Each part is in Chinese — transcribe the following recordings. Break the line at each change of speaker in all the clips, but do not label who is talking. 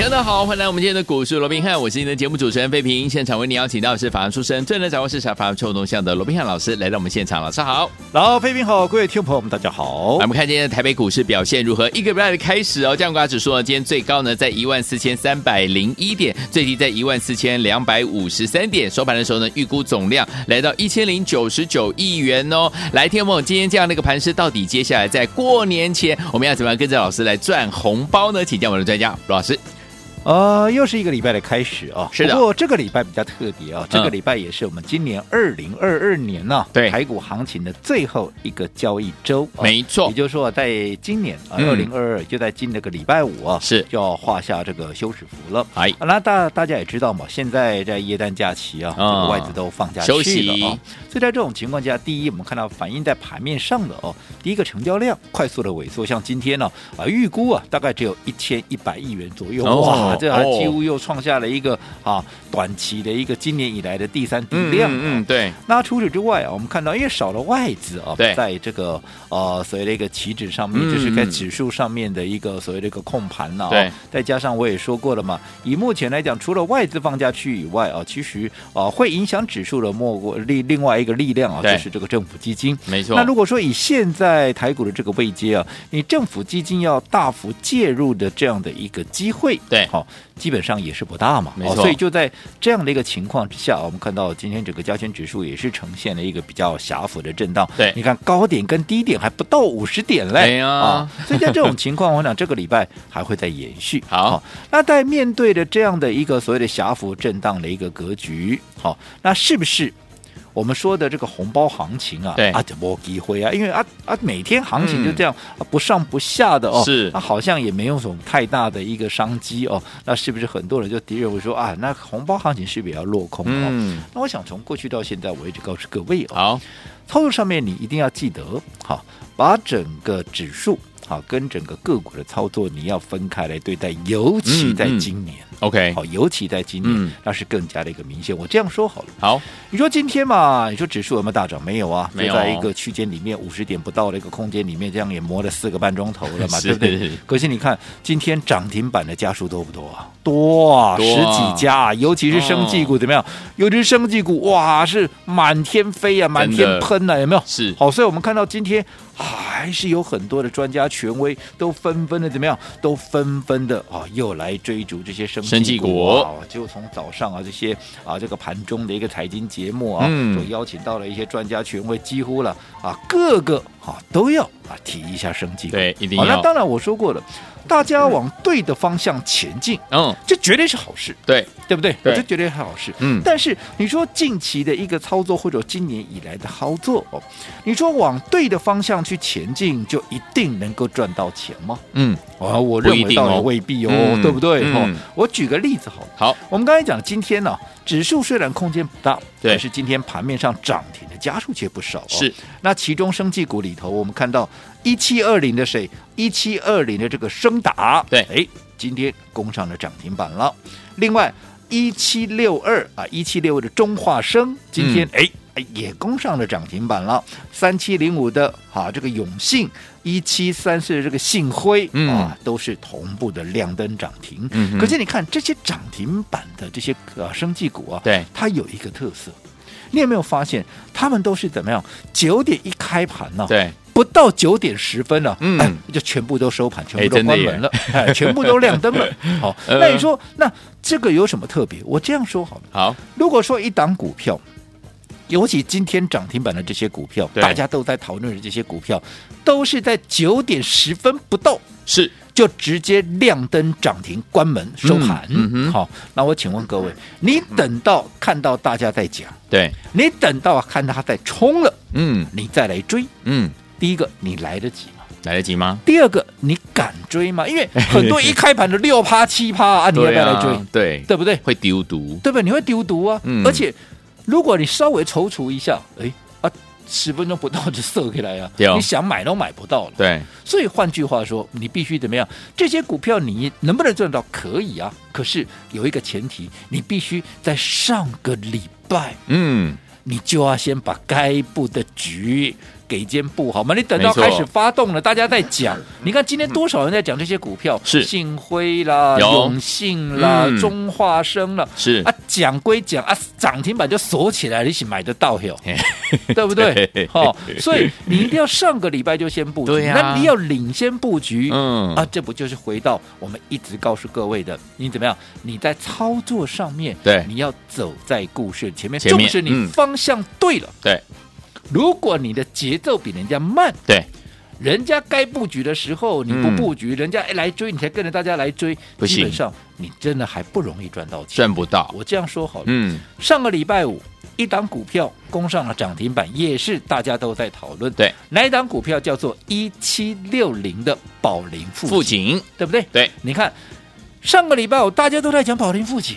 大家好，欢迎来我们今天的股市罗宾汉，我是您的节目主持人费平。现场为您邀请到的是法案出身、最能掌握市场法案臭动向的罗宾汉老师来到我们现场，老师好。
老飞兵好，各位听众朋友们，大家好
我。们看今天的台北股市表现如何？一个礼拜的开始哦，加权指数呢，今天最高呢在一万四千三百零一点，最低在一万四千两百五十三点。收盘的时候呢，预估总量来到一千零九十九亿元哦。来，天梦，今天这样的一个盘势，到底接下来在过年前我们要怎么样跟着老师来赚红包呢？请教我们的专家罗老师。
呃，又是一个礼拜的开始啊。
是的嗯
不过这个礼拜比较特别啊，这个礼拜也是我们今年二零二二年呢、
对
台股行情的最后一个交易周、啊。
没错
也就是说，在今年啊，二
嗯
零二二就在今这个礼拜五啊，
是
就要画下这个休止符了。
哎
啊那大大家也知道嘛，现在在耶诞假期啊，这个
嗯
外资都放假
休
去了啊
息。
所以在这种情况下，第一，我们看到反映在盘面上的哦，第一个成交量快速的萎缩，像今天呢啊，预估啊大概只有一千一百亿元左右，
哦
哇，这还
哦
几乎又创下了一个啊短期的一个今年以来的第三低量。啊
嗯嗯，对，
那除此之外啊，我们看到因为少了外资啊
对，
在这个呃所谓的一个期指上面，
嗯
就是在
嗯
指数上面的一个所谓的一个控盘了、啊。
对，
再加上我也说过了嘛，以目前来讲，除了外资放假区以外啊，其实啊会影响指数的莫过另另外一个力量啊，
对
就是这个政府基金。
没错。
那如果说以现在台股的这个位阶啊，你政府基金要大幅介入的这样的一个机会，
对
好、基本上也是不大嘛，
没错
所以就在这样的一个情况之下，我们看到今天整个加权指数也是呈现了一个比较狭幅的震荡，
对
你看高点跟低点还不到五十点嘞，啊
哎呀
所以在这种情况，我想这个礼拜还会再延续，
好
那在面对着这样的一个所谓的狭幅震荡的一个格局，好、那是不是我们说的这个红包行情啊，
对
啊，就没机会啊，因为啊啊，每天行情就这样、啊不上不下的哦，
嗯是
那好像也没有什么太大的一个商机哦，那是不是很多人就敌人会说啊，那红包行情是不是也要落空哦？
嗯，
那我想从过去到现在，我一直告诉各位哦，
好，
操作上面你一定要记得，好，把整个指数。好，跟整个个股的操作你要分开来对待，尤其在
嗯嗯
今年，
OK，
好，尤其在今年，
嗯
那是更加的一个明显。我这样说好了，
好，
你说今天嘛，你说指数有没有大涨？没有啊，
没有
就在一个区间里面，五十点不到的一个空间里面，这样也磨了四个半钟头了 嘛，
是
对不对？可是你看今天涨停板的家数多不多啊？多啊，
多
十
啊
几家啊，尤其是生技股
哦
怎么样？尤其是生技股，哇，是满天飞啊，满天喷啊，有没有？
是
好，所以我们看到今天还是有很多的专家权威都纷纷的怎么样？都纷纷的啊，又来追逐这些生
生技股
啊，就从早上啊这些啊这个盘中的一个财经节目啊，
嗯
就邀请到了一些专家权威，几乎了啊各个啊都要啊提一下生技股。
对，一定
好、那
要，
当然我说过了，大家往对的方向前进，
嗯，
这绝对是好事，
对，
对不对？
对
这绝对是好事。
嗯，
但是你说近期的一个操作，或者今年以来的操作哦，你说往对的方向去前进，就一定能够赚到钱吗？
嗯，
啊、
不
我认
一
为
定哦
倒也未必哦，
嗯
对不对？
嗯
哦，我举个例子好了，
好，
我们刚才讲今天呢、指数虽然空间不大，
对
但是今天盘面上涨停的家数却不少、哦。
是，
那其中生技股里头，我们看到一七二零的谁？一七二零的这个升达，
对
哎，今天攻上了涨停板了。另外一七六二啊，一七六的中化生，今天
嗯
哎、哎也攻上了涨停板了。三七零五的啊，这个永信。一七三四的这个信辉、
嗯
啊，都是同步的亮灯涨停。
嗯哼
可是你看这些涨停板的这些呃生技股啊，
对，
它有一个特色，你有没有发现他们都是怎么样？九点一开盘呢、
对，
不到九点十分了、
嗯
哎就全部都收盘，全部
真
都
的
关
耶
门了，哎， 全部都亮灯 了。好，
呃
那你说，那这个有什么特别？我这样说好了，
好，
如果说一档股票，尤其今天涨停板的这些股票，
对
大家都在讨论的这些股票，都是在九点十分不到
是，
就直接亮灯涨停关门收盘。
嗯嗯哼
好，那我请问各位，你等到看到大家在讲，
对，
你等到看他在冲了，
嗯
你再来追，
嗯，
第一个你来得及吗？
来得及吗？
第二个你敢追吗？因为很多一开盘的六趴七趴啊，你要不要来追？
对，
对不对？
会丢毒，
对不对？你会丢毒啊！
嗯
而且如果你稍微踌躇一下，哎啊，十分钟不到就射回来呀、
对哦
你想买都买不到了。
对，
所以换句话说，你必须怎么样？这些股票你能不能赚到？可以啊，可是有一个前提，你必须在上个礼拜，
嗯，
你就要先把该布的局。给先布好嘛？你等到
没错
开始发动了，大家在讲。你看今天多少人在讲这些股票？
嗯是
信辉啦、
有
永信啦、
嗯
中化生啦，
是
啊，讲归讲啊，涨停板就锁起来，你是买得到哟， 对不
对
对？ 好、所以你一定要上个礼拜就先布局，
对呀
那你要领先布局，
嗯
啊，这不就是回到我们一直告诉各位的，你怎么样？你在操作上面，
对
你要走在故事前面，
前面
纵使你
嗯
方向对了，
对
如果你的节奏比人家慢，
对，
人家该布局的时候你不
嗯
布局，人家哎来追，你才跟着大家来追，
不
基本
行
上你真的还不容易赚到钱。
赚不到，
我这样说好了，
嗯，
上个礼拜五，一档股票攻上了涨停板，也是大家都在讨论。
对，
哪一档股票叫做一七六零的宝林
父
富锦，
亲，
对不对？
对，
你看上个礼拜五大家都在讲宝林富锦，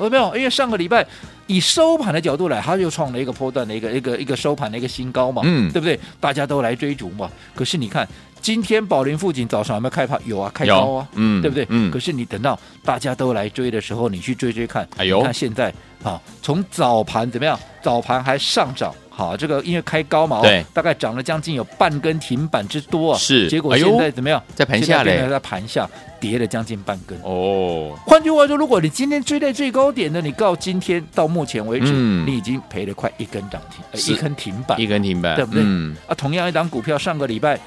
有没有？因为上个礼拜以收盘的角度来，它又创了一个波段的一个一个一个收盘的一个新高嘛，
嗯
哦对不对？大家都来追逐嘛。可是你看今天宝林富锦早上有没有开盘？有啊，开高
有
啊，，
嗯
对不对？
嗯
可，是你等到大家都来追的时候，你去追追看，
哎呦
你看现在啊，从早盘怎么样？早盘还上涨，好，这个因为开高嘛，哦
对
大概涨了将近有半根停板之多啊。
是
结果
哎呦
现在怎么样？
在盘
现
下
在变
嘞
成，在盘下跌了将近半根。
哦，
换句话说，如果你今天追在最高点的，你到今天到目前为止，
嗯
你已经赔了快一根涨停，呃
是
一根停板
一根停板，
对不对
嗯，
啊。同样一档股票，上个礼拜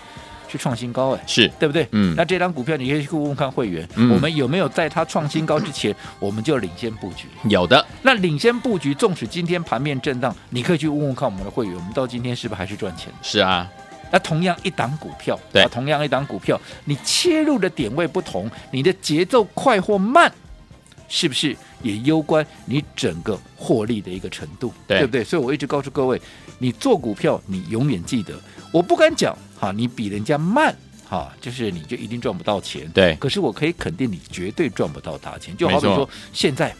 去创新高，哎，
是，
对不对？
嗯
那这张股票你可以去问问看会员，
嗯
我们有没有在它创新高之前，我们就领先布局？
有的，
那领先布局，纵使今天盘面震荡，你可以去问问看我们的会员，我们到今天是不是还是赚钱的？
是啊，
那同样一档股票，
对
啊同样一档股票，你切入的点位不同，你的节奏快或慢，是不是也攸关你整个获利的一个程度，
对
不对？所以我一直告诉各位，你做股票，你永远记得，我不敢讲哈，你比人家慢哈，就是你就一定赚不到钱，
对，
可是我可以肯定，你绝对赚不到大钱。就好比
没错
说，现在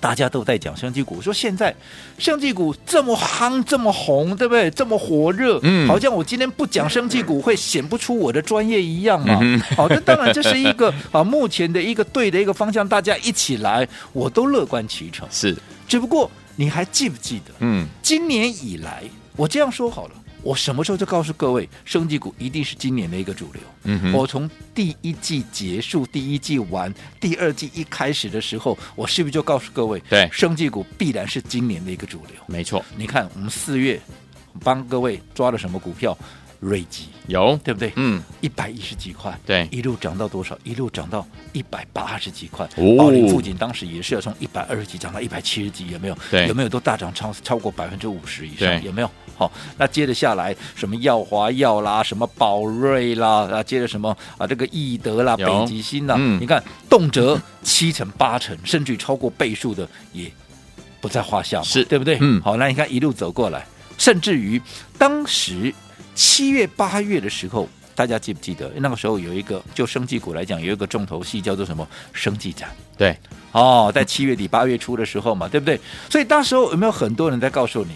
大家都在讲相机股，说现在相机股这么夯、这么红，对不对？这么火热，
嗯
好像我今天不讲生技股会显不出我的专业一样嘛。
嗯
好、那当然这是一个啊，目前的一个对的一个方向，大家一起来，我都乐观其成。
是，
只不过你还记不记得，
嗯，
今年以来，我这样说好了，我什么时候就告诉各位，生技股一定是今年的一个主流。
嗯哼
我从第一季结束，第一季完，第二季一开始的时候，我是不是就告诉各位，
对
生技股必然是今年的一个主流？
没错，
你看，我们四月帮各位抓了什么股票？瑞基，
有，
对不对？
嗯，
一百一十几块，
对
一路涨到多少？一路涨到一百八十几块。
哦
宝林富锦当时也是要从一百二十几涨到一百七十几，有没有？
对
有没有都大涨超超过百分之五十以
对
上？有没有？好，那接着下来什么耀华药啦，什么宝瑞啦，啊，接着什么啊，这个易德啦，北
有
极星啦，
嗯
你看动辄七成八成，甚至于超过倍数的也不在话下嘛，
是
对不对？
嗯
好，那你看一路走过来，甚至于当时七月八月的时候，大家记不记得那个时候有一个就生技股来讲有一个重头戏叫做什么生技展？
对，
哦，在七月底八月初的时候嘛，对不对？所以当时候有没有很多人在告诉你？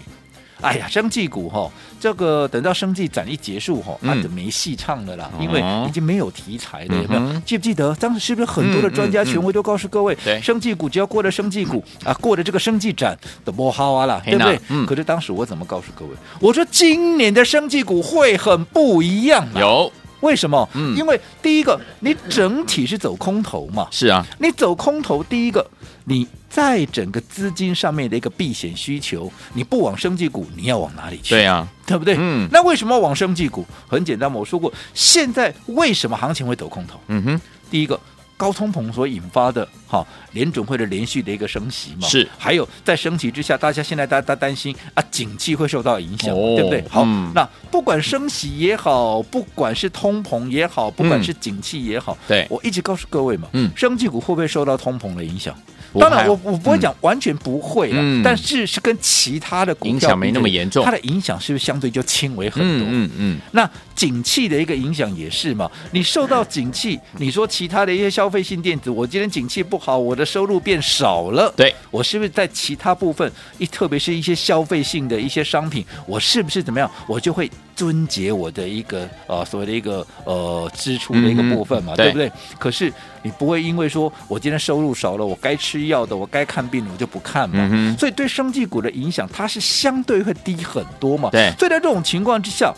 哎呀，生技股哈、这个等到生技展一结束哈、那、
嗯
就没戏唱了啦，
哦
因为已经没有题材了，有没
嗯
有
哼？
记不记得当时是不是很多的专家
嗯嗯嗯
权威都告诉各位，
对
生技股只要过了生技股啊，过了这个生技展的摸哈哇啦，
嘿
对
呐
不对？
嗯
可是当时我怎么告诉各位？我说今年的生技股会很不一样啊，
有，
为什么？
嗯
因为第一个，你整体是走空头嘛，
是啊，
你走空头，第一个，你在整个资金上面的一个避险需求，你不往生技股，你要往哪里去？
对啊，
对不对？
嗯
那为什么往生技股？很简单嘛，我说过，现在为什么行情会走空头？
嗯哼，
第一个。高通膨所引发的哈联准会的连续的一个升息嘛，
是
还有在升息之下，大家现在大家担心啊，景气会受到影响，
哦
对不对？好，
嗯
那不管升息也好，不管是通膨也好，不管是景气也好，
对
我一直告诉各位嘛，
嗯
生技股会不会受到通膨的影响？
不
当然
太
我我不会讲完全不会了，
嗯
但是是跟其他的股票
影响没那么
比起来
严重
它的影响是不是相对就轻微很多？
嗯嗯嗯，
那景气的一个影响也是嘛，你受到景气，你说其他的一些消费性电子，我今天景气不好，我的收入变少了，
对
我是不是在其他部分，一特别是一些消费性的一些商品，我是不是怎么样，我就会遵节我的一个呃所谓的一个呃支出的一个
嗯哼
部分嘛，
对
对不对？可是你不会因为说我今天收入少了，我该吃药的，我该看病的，我就不看嘛，
嗯哼
所以对生技股的影响，它是相对会低很多嘛，
对
所以在这种情况之下。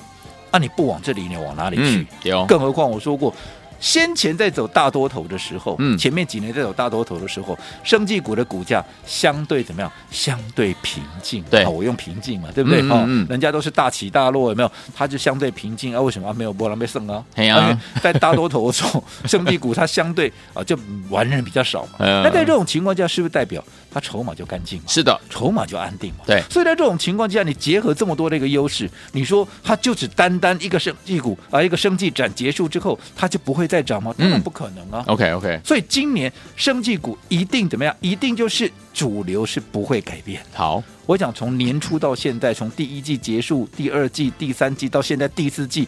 啊，你不往这里，你往哪里去
嗯？，有，
更何况我说过，先前在走大多头的时候，
嗯
前面几年在走大多头的时候，生技股的股价相对怎么样？相对平静。
对
啊我用平静嘛，对不对？哦
嗯嗯嗯
人家都是大起大落，有没有？它就相对平静啊？为什么啊？没有波浪被剩啊？
嘿呀
啊因为在大多头的时候， 生技股它相对啊就玩人比较少嘛。
嗯
那在这种情况下，是不是代表它筹码就干净嘛？
是的，
筹码就安定嘛。
对
所以在这种情况之下，你结合这么多的一个优势，你说它就只单单一个生技股啊、一个生技展结束之后，它就不会再涨吗？当然
嗯
不可能啊。
，OK OK，
所以今年生技股一定怎么样？一定就是主流是不会改变。
好，
我想从年初到现在，从第一季结束、第二季、第三季到现在第四季，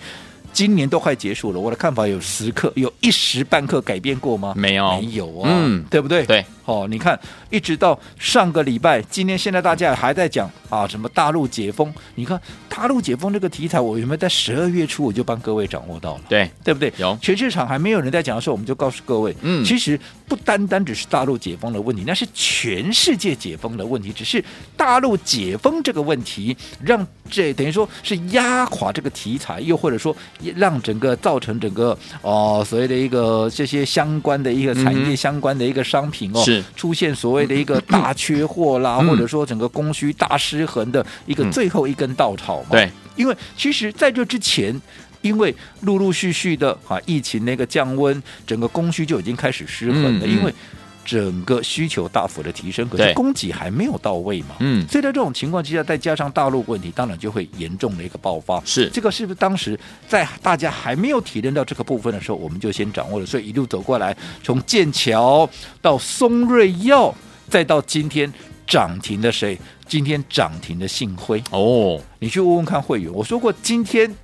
今年都快结束了。我的看法有时刻有一时半刻改变过吗？
没有
没有啊，
嗯
对不对？
对，
哦，你看，一直到上个礼拜，今天现在大家还在讲啊，什么大陆解封？你看大陆解封这个题材，我有没有在十二月初我就帮各位掌握到了？
对，
对不对？
有
全市场还没有人在讲的时候，我们就告诉各位，
嗯
其实不单单只是大陆解封的问题，那是全世界解封的问题，只是大陆解封这个问题，让这等于说是压垮这个题材，又或者说让整个造成整个哦、所谓的一个这些相关的一个产
嗯
业
哼
相关的一个商品哦，
是
出现所谓的一个大缺货啦，
嗯
或者说整个供需大失衡的一个
嗯
最后一根稻草嘛，
对，
因为其实在这之前。因为陆陆续续的啊，疫情那个降温，整个供需就已经开始失衡
嗯
了。
嗯
因为整个需求大幅的提升，可
对
是供给还没有到位嘛。
嗯，
所以在这种情况之下，再加上大陆问题，当然就会严重的一个爆发。
是，
这个是不是当时在大家还没有体验到这个部分的时候，我们就先掌握了？所以一路走过来，从剑桥到松瑞药，再到今天涨停的谁？今天涨停的信辉，
哦，
你去问问看会员。我说过，今天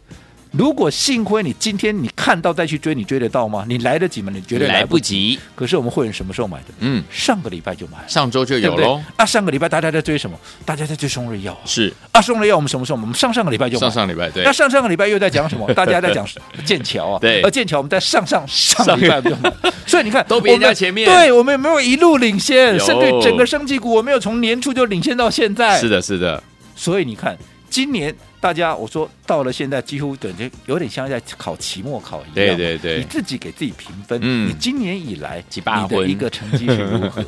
如果幸亏你今天你看到再去追，你追得到吗？你来得及吗？你绝对
来
来
不
不及。
及，
可是我们会员什么时候买的？
嗯，
上个礼拜就买了，
上周就
对不
有
对
喽，？
那、上个礼拜大家在追什么？大家在追松瑞药啊。
是
啊，松瑞药我们什么时候买？我们上上个礼拜就买
上上礼拜对
那，上上个礼拜又在讲什 么？大家在讲剑桥啊。
对
而剑桥我们在上上上礼拜就买，所以你看
都比人家
我们
前面
对我们有没有一路领先？
有
甚至整个生技股，我没有从年初就领先到现 在。
是的，是的，
所以你看，今年大家我说到了现在，几乎等于有点像在考期末考一样，
对对对
你自己给自己评分，
嗯
你今年以来
几把
你的
分
一个成绩是 如何，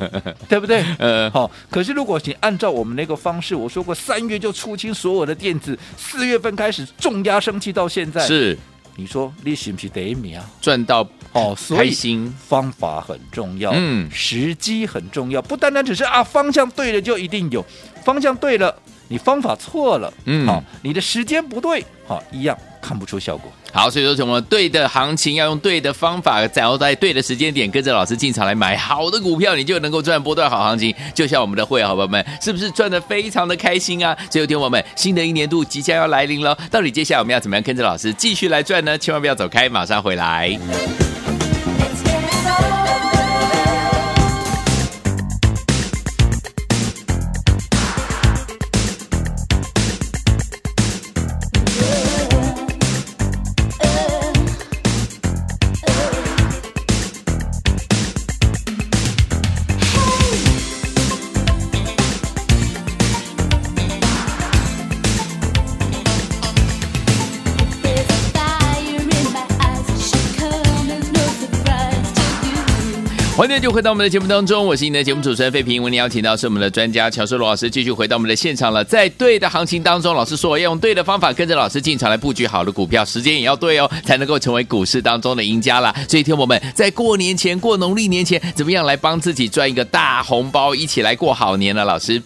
对不对？
呃，
好、可是如果你按照我们那个方式，我说过三月就出清所有的电子，四月份开始重压升气到现在，
是
你说你是不是得米啊？
赚到
哦，所
开
以
心，
方法很重要，
嗯
时机很重要，不单单只是啊方向对了就一定有，方向对了，你方法错了，
嗯
好、你的时间不对，好、一样看不出效果。
好，所以说什么对的行情要用对的方法，然后在对的时间点跟着老师进场来买好的股票，你就能够赚波段好行情。就像我们的会员好朋友们，是不是赚的非常的开心啊？所以，听我们，新的一年度即将要来临了，到底接下来我们要怎么样跟着老师继续来赚呢？千万不要走开，马上回来。欢迎就回到我们的节目当中，我是你的节目主持人费平。为您邀请到是我们的专家乔世罗老师，继续回到我们的现场了。在对的行情当中，老师说要用对的方法，跟着老师进场来布局好的股票，时间也要对哦，才能够成为股市当中的赢家啦。所以，听我们在过年前、过农历年前，怎么样来帮自己赚一个大红包，一起来过好年呢？老师，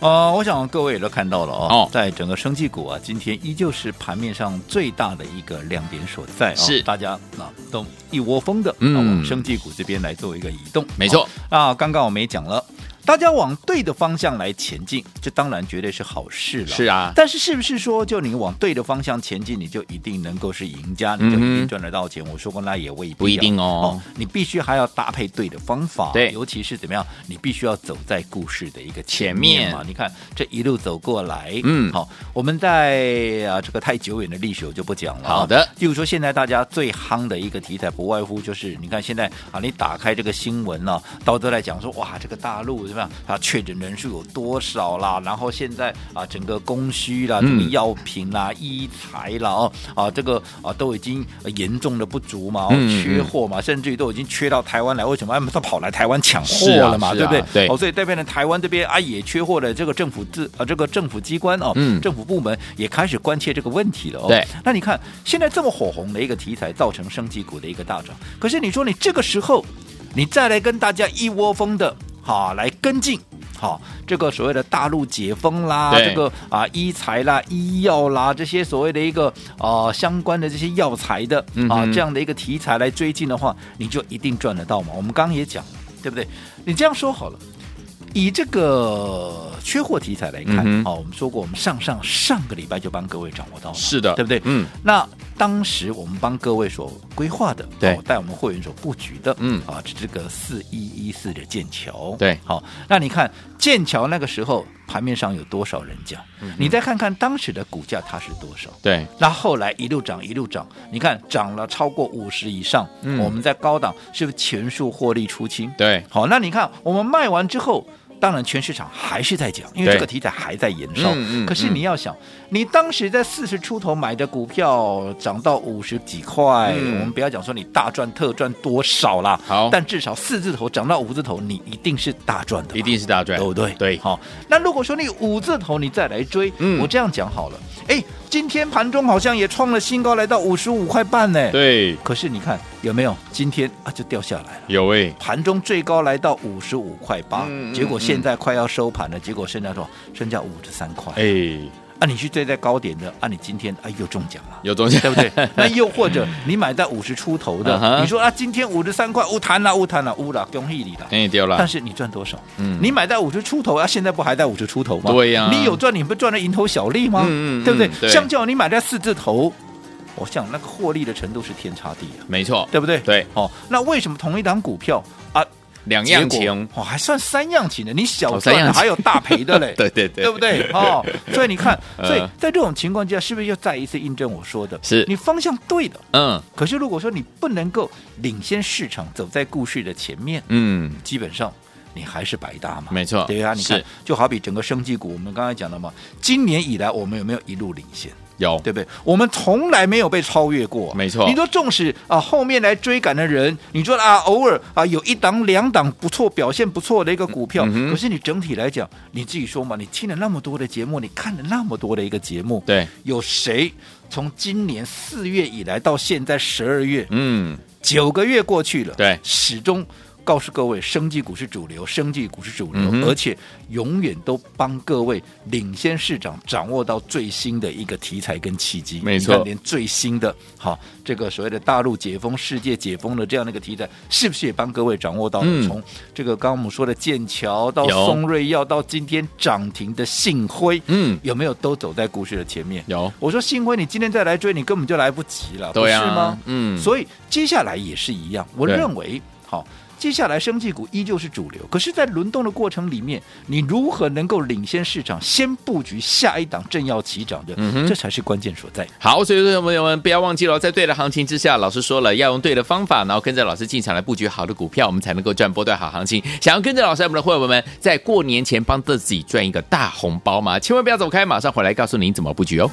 呃，我想各位也都看到了哦，
哦
在整个生技股啊，今天依旧是盘面上最大的一个亮点所在、哦，
是
大家啊都一窝蜂的、
嗯
啊往生技股这边来做一个移动，
没错
啊。那刚刚我们也讲了，大家往对的方向来前进，这当然绝对是好事了。
是啊，
但是是不是说，就你往对的方向前进，你就一定能够是赢家，你就一定赚得到钱？我说过，那也未
嗯
必、啊
不一定哦
你必须还要搭配对的方法，
对
尤其是怎么样，你必须要走在故事的一个前
前
面嘛。
面
你看这一路走过来，
嗯
好，我们在啊这个太久远的历史我就不讲了啊。
好的
例如说，现在大家最夯的一个题材，不外乎就是你看现在啊，你打开这个新闻呢、到都在讲说，哇，这个大陆怎么样啊，确诊人数有多少啦？然后现在啊，整个供需啦，这
嗯
个药品啦、医材啦，哦，啊，这个啊都已经呃严重的不足嘛，哦
嗯嗯嗯
缺货嘛，甚至于都已经缺到台湾来，为什么他们都跑来台湾抢货
是啊
了嘛？
是
对
啊
不对？
对
哦，所以代表呢，台湾这边啊也缺货了，这个政府自啊这个政府机关哦，
嗯
政府部门也开始关切这个问题了哦。
对，
那你看现在这么火红的一个题材，造成升级股的一个大涨。可是你说你这个时候，你再来跟大家一窝蜂的哈、来跟进。好，这个所谓的大陆解封啦，
对
这个啊医材啦、医药啦，这些所谓的一个呃相关的这些药材的
嗯
啊
哼
这样的一个题材来追进的话，你就一定赚得到嘛。我们刚刚也讲了，对不对？你这样说好了，以这个缺货题材来看，
嗯哼
哦，我们说过，我们上上上个礼拜就帮各位掌握到了，
是的，
对不对？
嗯，
那当时我们帮各位所规划的，
对
哦带我们会员所布局的，
嗯
啊，这个四一一四的剑桥，
对
好，那你看剑桥那个时候盘面上有多少人讲？
嗯
你再看看当时的股价它是多少？
对，
那后来一路涨一路涨，你看涨了超过五十以上，
嗯
我们在高档是不是全数获利出清？
对，
好，那你看我们卖完之后。当然，全市场还是在讲，因为
对
这个题材还在延烧。
嗯嗯
可是你要想，你当时在四十出头买的股票涨到五十几块，
嗯
我们不要讲说你大赚特赚多少啦，
好
但至少四字头涨到五字头，你一定是大赚的嘛，
一定是大赚，
对不对？
对，
好、那如果说你五字头你再来追，
嗯
我这样讲好了，哎，今天盘中好像也创了新高，来到五十五块半呢。，
对，
可是你看有没有今天啊就掉下来了。
有哎，
盘中最高来到五十五块八、
嗯嗯
结果现在快要收盘了，结果剩下多少？剩下五十三块。
哎，
啊，你去追在高点的，啊，你今天哎又中奖 了。
有东西，
对不对？那又或者你买在五十出头的
嗯哼
你说啊，今天五十三块，乌谈了，乌谈了，乌了，恭喜你了。
哎，掉了
但，是你赚多少？
嗯
你买在五十出头啊，现在不还在五十出头吗？
对呀
你有赚，你不赚的蝇头小利吗？
嗯嗯嗯
对不对？
对
相较你买在四字头，我想那个获利的程度是天差地啊，
没错，
对不对？
对，
哦，那为什么同一档股票啊，
两样
结果
情，
哦，还算三样情的，你小
哦三
赚
样
的
情
还有大赔的嘞
，对对对，
对不？对？哦，所以 你看，
呃
所以在这种情况之下，是不是又再一次印证我说的？
是
你方向对的，
嗯
可是如果说你不能够领先市场，走在故事的前面，
嗯，
基本上你还是白搭嘛。
没错
对啊，你看
是，
就好比整个生技股，我们刚才讲了嘛，今年以来我们有没有一路领先？
有，
对不对？我们从来没有被超越过，
没错
你说纵使啊后面来追赶的人，你说啊偶尔啊有一档两档不错表现不错的一个股票，
嗯哼
可是你整体来讲，你自己说嘛，你听了那么多的节目，你看了那么多的一个节目，
对，
有谁从今年四月以来到现在十二月，
嗯，
九个月过去了，
对
始终告诉各位，生技股是主流，生技股是主流，
嗯哼
而且永远都帮各位领先市场，掌握到最新的一个题材跟契机。
没错
你看连最新的好这个所谓的大陆解封、世界解封的这样的一个题材，是不是也帮各位掌握到了？
嗯
从这个刚刚我们说的剑桥到
有
松瑞药，到今天涨停的信辉，
嗯
有没有都走在股市的前面？
有，
我说幸辉，你今天再来追，你根本就来不及了，
对啊
不是吗？
嗯
所以接下来也是一样，我
对
认为好。接下来，生技股依旧是主流，可是，在轮动的过程里面，你如何能够领先市场，先布局下一档正要起涨的，
嗯哼
这才是关键所在。
好，所以说朋友们不要忘记了，在对的行情之下，老师说了要用对的方法，然后跟着老师进场来布局好的股票，我们才能够赚波段好行情。想要跟着老师，我们的会员们在过年前帮自己赚一个大红包吗？千万不要走开，马上回来告诉您怎么布局哦。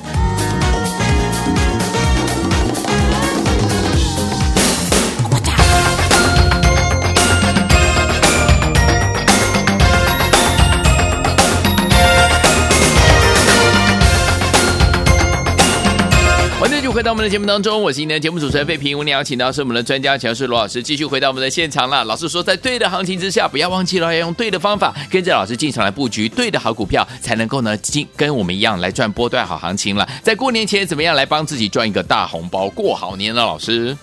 欢迎继续回到我们的节目当中，我是您的节目主持人费平。我们邀请到是我们的专家乔氏罗老师，继续回到我们的现场了。老师说，在对的行情之下，不要忘记了要用对的方法，跟着老师进场来布局对的好股票，才能够呢进跟我们一样来赚波段好行情了。在过年前，怎么样来帮自己赚一个大红包，过好年呢？老师，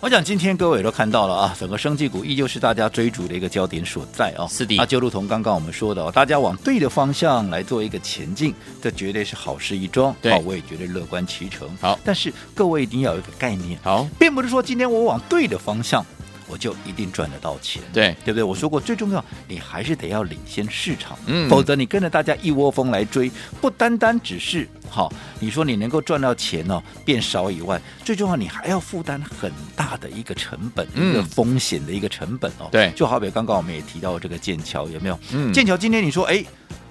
我想今天各位也都看到了啊，整个生技股依旧是大家追逐的一个焦点所在哦。
是的
那就如同刚刚我们说的哦，大家往对的方向来做一个前进，这绝对是好事一桩。
对
好我也绝对乐观其成。
好
但是各位一定要有一个概念，
好，
并不是说今天我往对的方向，我就一定赚得到钱。
对，
对不对？我说过，最重要，你还是得要领先市场，
嗯
否则你跟着大家一窝蜂来追，不单单只是好、你说你能够赚到钱哦变少以外，最重要你还要负担很大的一个成本，
嗯
一个风险的一个成本哦。
对
就好比刚刚我们也提到这个剑桥有没有？
嗯
剑桥今天你说，哎，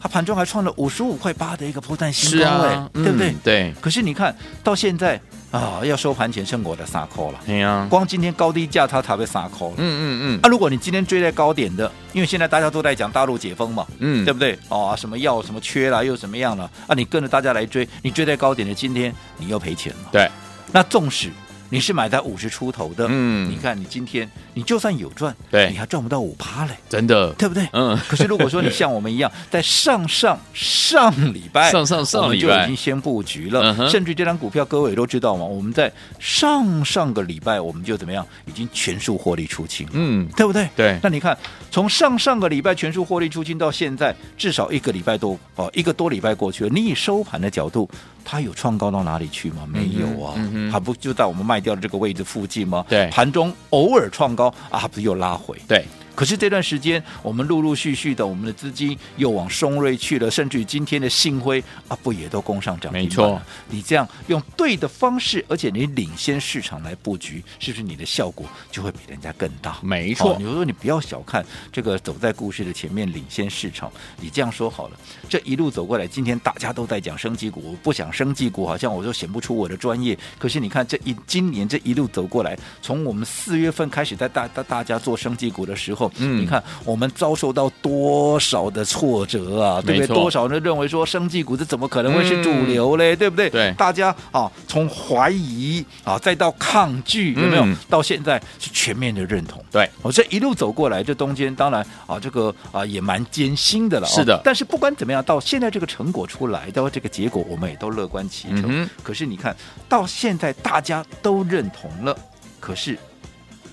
它盘中还创了五十五块八的一个破绽新
是
高，哎、
啊，
对不对？
嗯对，
可是你看到现在啊，要收盘前剩我的三扣了，
哎呀，
光今天高低价差才被三扣了。
嗯嗯
啊，如果你今天追在高点的，因为现在大家都在讲大陆解封嘛，
嗯嗯，
对不对？哦，啊什么药什么缺啦，又怎么样了？啊，你跟着大家来追，你追在高点的，今天你又赔钱了。
对，
那纵使你是买在五十出头的，
嗯
你看你今天你就算有赚，
对
你还赚不到五趴嘞，
真的，
对不对？
嗯，
可是如果说你像我们一样，在上上上礼拜，
上上上
我们
礼
就
拜
已经先布局
嗯
了，
哼
甚至这张股票各位也都知道嘛，我们在上上个礼拜我们就怎么样，已经全数获利出清了。
嗯，
对不对？
对
那你看，从上上个礼拜全数获利出清到现在，至少一个礼拜多哦，一个多礼拜过去了。你以收盘的角度，它有创高到哪里去吗？没有啊，
嗯哼
它不就在我们卖掉的这个位置附近吗？
对
盘中偶尔创高啊，不是又拉回？
对，
可是这段时间，我们陆陆续续的，我们的资金又往松瑞去了，甚至于今天的信辉啊，不也都攻上涨停板了？
没错
你这样用对的方式，而且你领先市场来布局，是不是你的效果就会比人家更大？
没
哦
错
你，说你不要小看这个走在故事的前面，领先市场。你这样说好了，这一路走过来，今天大家都在讲升级股，我不想升级股，好像我就显不出我的专业。可是你看这一今年这一路走过来，从我们四月份开始在大大大家做升级股的时候，
嗯
你看我们遭受到多少的挫折啊，对
没
不
错嗯
对？多少人认为说升级股这怎么可能会是主流嘞？对不对？
对
大家啊，从怀疑啊，再到抗拒，有没有？
嗯
到现在是全面的认同。
对，
我、这哦一路走过来，这中间当然啊，这个啊也蛮艰辛的了、哦。
是的
但是不管怎么样，到现在这个成果出来，到这个结果，我们也都乐观其成。
嗯哼
可是你看到现在大家都认同了，可是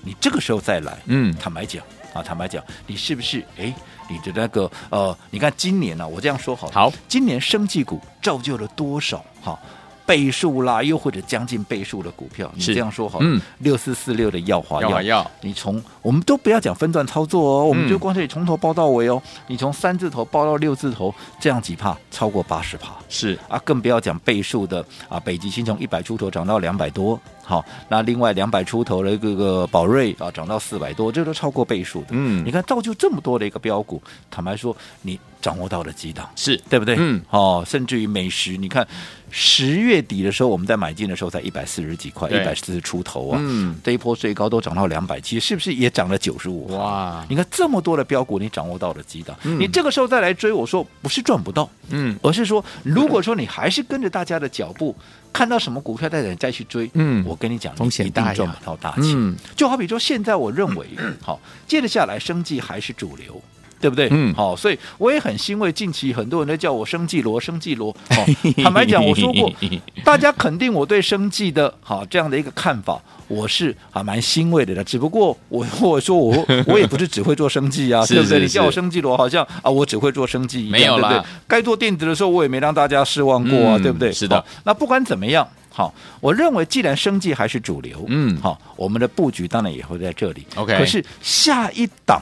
你这个时候再来，
嗯
坦白讲啊，坦白讲，你是不是哎？你的那个呃，你看今年呢、我这样说好了，
好，
今年生技股造就了多少哈、倍数啦，又或者将近倍数的股票，你
是
这样说好了，
嗯
六四四六的耀华
耀
药，
华药
你从我们都不要讲分段操作哦，我们
嗯
就光是从头报到尾哦，你从三字头报到六字头，这样几帕超过八十帕，
是，
啊，更不要讲倍数的啊，北极星从一百出头涨到两百多，好，那另外两百出头的这个宝瑞啊，涨到四百多，这都超过倍数的。
嗯
你看造就这么多的一个标股，坦白说，你掌握到了几档，
是，
对不对？
嗯，
哦，甚至于美食，你看十月底的时候，我们在买进的时候才一百四十几块，
对
一百四十出头啊，
嗯，
这一波最高都涨到两百七，是不是也涨了九十五？
哇，
你看这么多的标股，你掌握到了几档？
啊嗯
你这个时候再来追，我说不是赚不到，
嗯
而是说，如果说你还是跟着大家的脚步，看到什么股票再再去追，
嗯
我跟你讲，
风险
你一
大呀
定赚不到大钱。
嗯，
就好比说，现在我认 为，好，接着下来，生计还是主流。对不对？
嗯
好、所以我也很欣慰，近期很多人都叫我生计罗，生计罗。哦、坦白讲，我说 过， 大家肯定我对生计的好、这样的一个看法，我是还蛮欣慰的了。只不过我 我说我我也不是只会做生计啊，
是
对不对？
是
你叫我
是
生计罗，好像啊，我只会做生计一样，
没有啦
对不对？该做电子的时候，我也没让大家失望过啊，
嗯
对不对？
是的
好那不管怎么样，好，我认为既然生计还是主流，
嗯
好，我们的布局当然也会在这里。
OK
可是下一档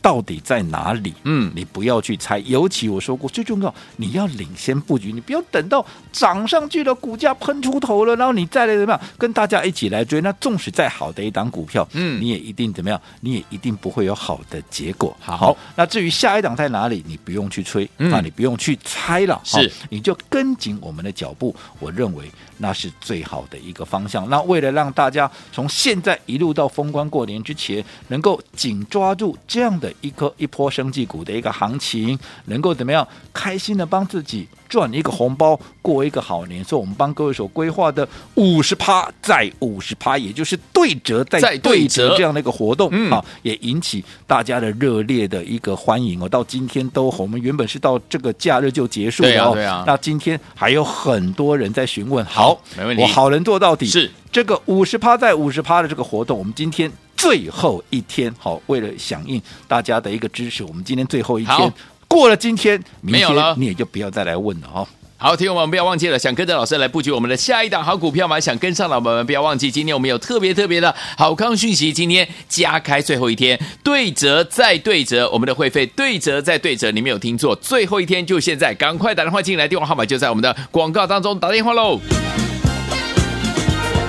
到底在哪里？
嗯
你不要去猜，尤其我说过，最重要你要领先布局，你不要等到涨上去了，股价喷出头了，然后你再来怎么样跟大家一起来追？那纵使再好的一档股票，
嗯
你也一定怎么样？你也一定不会有好的结果。
好
那至于下一档在哪里，你不用去吹，啊
嗯
那你不用去猜了，
是
好哦你就跟紧我们的脚步，我认为那是最好的一个方向。那为了让大家从现在一路到封关过年之前，能够紧抓住这样的一颗一波生技股的一个行情，能够怎么样开心的帮自己赚一个红包，过一个好年。所以我们帮各位所规划的五十趴再五十趴，也就是对折
再
再
对
对
折
折这样的一个活动、
嗯
啊，也引起大家的热烈的一个欢迎哦。到今天都红我们原本是到这个假日就结束了哦，
对啊对啊
那今天还有很多人在询问，好，
没问题
我好人做到底
是
这个五十趴在五十趴的这个活动，我们今天最后一天，好，为了响应大家的一个支持，我们今天最后一
好
天过了今天，明
没有了
天你也就不要再来问了哦。
好，听众们不要忘记了，想跟着老师来布局我们的下一档好股票吗？想跟上的老板们不要忘记，今天我们有特别特别的好康讯息，今天加开最后一天，对折再对折，我们的会费对折再对折，你没有听错，最后一天就现在，赶快打电话进来，电话号码就在我们的广告当中，打电话喽。